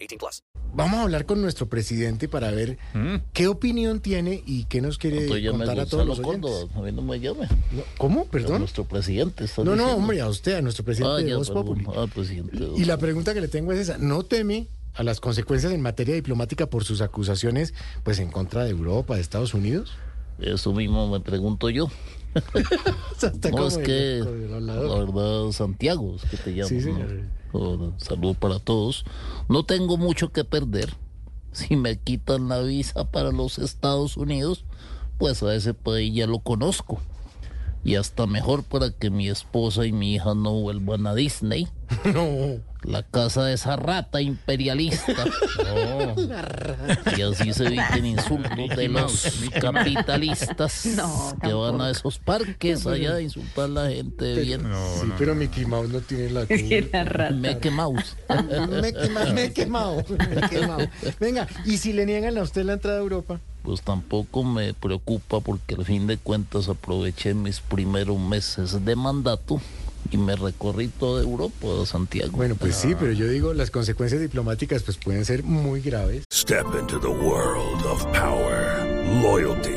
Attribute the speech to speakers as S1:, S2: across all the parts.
S1: 18 plus.
S2: Vamos a hablar con nuestro presidente para ver qué opinión tiene y qué nos quiere
S3: Mm. Entonces llame
S2: contar
S3: a
S2: a todos los
S3: Gonzalo
S2: oyentes.
S3: Córdoba, a mí no me llame.
S2: No, ¿Cómo?
S3: A
S2: ¿Perdón?
S3: nuestro presidente. está
S2: No, no,
S3: diciendo.
S2: hombre, a usted, a nuestro presidente
S3: Ah,
S2: de
S3: ya,
S2: Voz
S3: perdón,
S2: Populi.
S3: ah, presidente de Voz
S2: Y la pregunta que le tengo es esa. ¿No teme a las consecuencias en materia diplomática por sus acusaciones pues en contra de Europa, de Estados Unidos?
S3: Populi. Eso mismo me pregunto yo.
S2: Hasta
S3: No,
S2: como
S3: es
S2: el-
S3: que,
S2: con el
S3: la
S2: hablador.
S3: verdad, Santiago, es que te llamo.
S2: Sí,
S3: ¿no?
S2: señor.
S3: Bueno, Salud para todos. No tengo mucho que perder. Si me quitan la visa para los Estados Unidos, pues a ese país ya lo conozco. Y hasta mejor para que mi esposa y mi hija no vuelvan a Disney.
S2: No,
S3: La casa de esa rata imperialista. Y así se eviten insultos de los capitalistas que van a esos parques allá a insultar a la gente de bien.
S2: sí, pero Mickey Mouse no tiene la culpa.
S3: Mickey Mouse.
S2: me, he quemado, me he quemado, me he quemado. Venga, ¿y si le niegan a usted la entrada a Europa?
S3: Pues tampoco me preocupa porque al fin de cuentas aproveché mis primeros meses de mandato y me recorrí toda Europa, Santiago.
S2: Bueno, pues sí,
S4: Ah.
S2: pero yo digo, las consecuencias diplomáticas pues pueden ser muy graves.
S5: Step into the world of power, loyalty,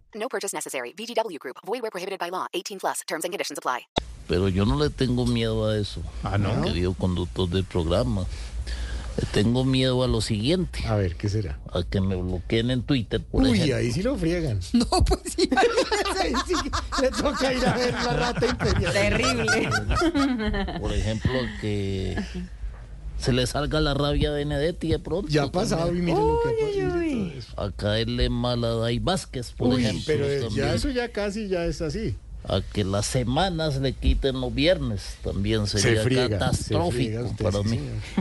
S6: No purchase necessary. VGW Group. Void where prohibited by law. 18 plus. Terms and conditions apply.
S3: Pero yo no le tengo miedo a eso. Ah, no. Querido conductor del programa. Le tengo miedo a lo siguiente.
S2: A ver, ¿qué será?
S3: A que me bloqueen en Twitter, por
S2: Uy,
S3: ejemplo.
S2: ahí sí lo friegan. No, pues sí. Le toca ir a ver la rata imperial.
S3: Por ejemplo, que se le salga la rabia a Benedetti de pronto.
S2: Ya ha pasado y mire lo que ha pasado. mire todo eso.
S3: A caerle mal a Day Vázquez, por
S2: Uy,
S3: ejemplo.
S2: pero ya
S3: también.
S2: eso ya casi ya es así.
S3: A que las semanas le quiten los viernes. También
S2: friega,
S3: sería
S2: se friega
S3: catastrófico
S2: usted,
S3: para
S2: sí,
S3: mí.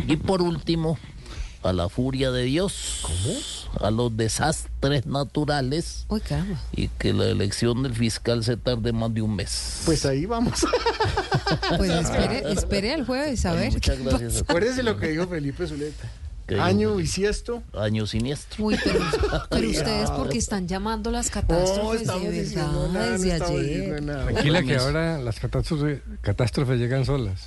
S3: Y por último, a la furia de Dios. A los desastres naturales.
S7: Uy, caramba.
S3: y que la elección del fiscal se tarde más de un mes.
S2: Pues ahí vamos.
S7: Pues espere, espere al jueves a ver.
S3: Muchas gracias.
S2: Acuérdese lo que dijo Felipe Zuleta.
S3: ¿Qué dijo
S2: Año bisiesto.
S3: Año siniestro.
S7: Uy, pero, pero ustedes porque están llamando las
S2: No
S7: catástrofes
S2: Oh, estamos
S7: de
S2: diciendo
S7: verdad
S2: nada, no
S7: desde
S2: estamos diciendo
S7: ayer.
S2: nada.
S4: Tranquila que ahora las catástrofes, catástrofes llegan solas.